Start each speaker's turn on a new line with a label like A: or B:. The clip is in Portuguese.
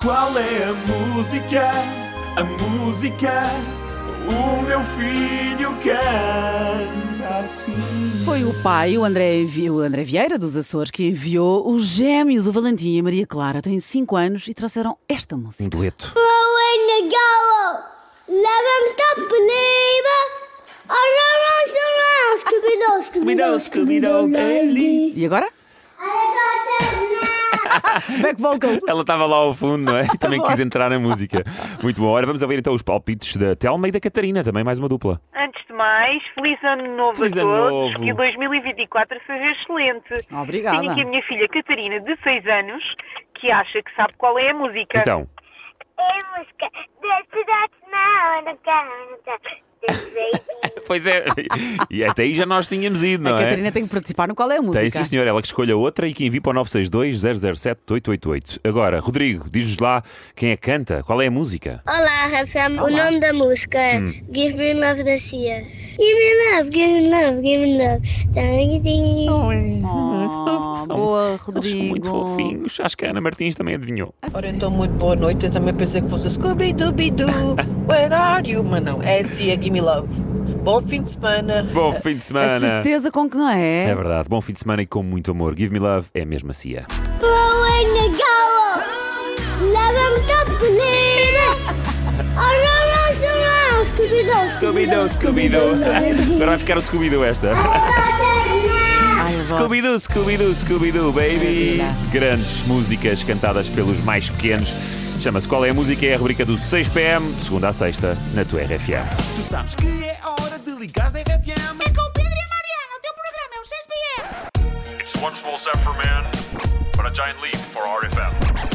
A: Qual é a música? A música? O meu filho canta assim.
B: Foi o pai, o André, Envi- o André Vieira dos Açores, que enviou os gêmeos, o Valentim e a Maria Clara, têm 5 anos e trouxeram esta música.
C: Um dueto.
D: Going to go. Let them stop believing. Oh, no, no, no, no. Scooby-Doo, Scooby-Doo,
A: é
D: Scooby-Doo.
B: E agora? Back vocals.
C: Ela estava lá ao fundo, não é? E também quis entrar na música. Muito bom. Ora, vamos ouvir então os palpites da Telma e da Catarina, também mais uma dupla.
E: Antes de mais, feliz ano novo
C: Feliz
E: a
C: ano
E: todos.
C: novo.
E: Que o 2024 seja excelente.
B: Obrigada.
E: Tenho aqui a minha filha Catarina, de 6 anos, que acha que sabe qual é a música.
C: Então,
D: É a música da cidade não canta.
C: pois é. E até aí já nós tínhamos ido, não
B: a
C: é?
B: Catarina tem que participar no Qual é a Música.
C: Tem, sim, senhor. Ela que escolha outra e que envie para o 962-007-888. Agora, Rodrigo, diz-nos lá quem é que canta, qual é a música?
D: Olá, Rafael. O nome da música é Give Me Love da Cia. Give Me Love, Give Me Love, Give Me Love.
C: Oh.
D: Tanguidinho.
B: Oh, boa, Rodrigo.
C: São muito fofinhos. Acho que a Ana Martins também adivinhou.
F: Ora então, muito boa noite. Eu também pensei que fosse Scooby-Dooby-Doo. Where are you? Mas não, é assim, a Gimme Love. Bom fim de semana.
C: Bom fim de
B: A
C: semana.
B: certeza com que não é.
C: É verdade. Bom fim de semana e com muito amor. Give me love é mesmo a Cia.
D: Going to go. Let them stop believing. Oh, no, no, no, no. Scooby-Doo, Scooby-Doo,
C: Agora vai ficar o Scooby-Doo esta.
B: Ai, eu adoro.
C: Scooby-Doo, Scooby-Doo, Scooby-Doo, baby. Grandes músicas cantadas pelos mais pequenos. Chama-se Qual é a Música? É a rubrica do 6PM, de segunda a sexta, na tua RFM.
A: Tu sabes que é hora de ligar da RFM.
D: Com Pedro e Mariana, o teu programa é o 6
G: It's one small step for man, but a giant leap for RFM.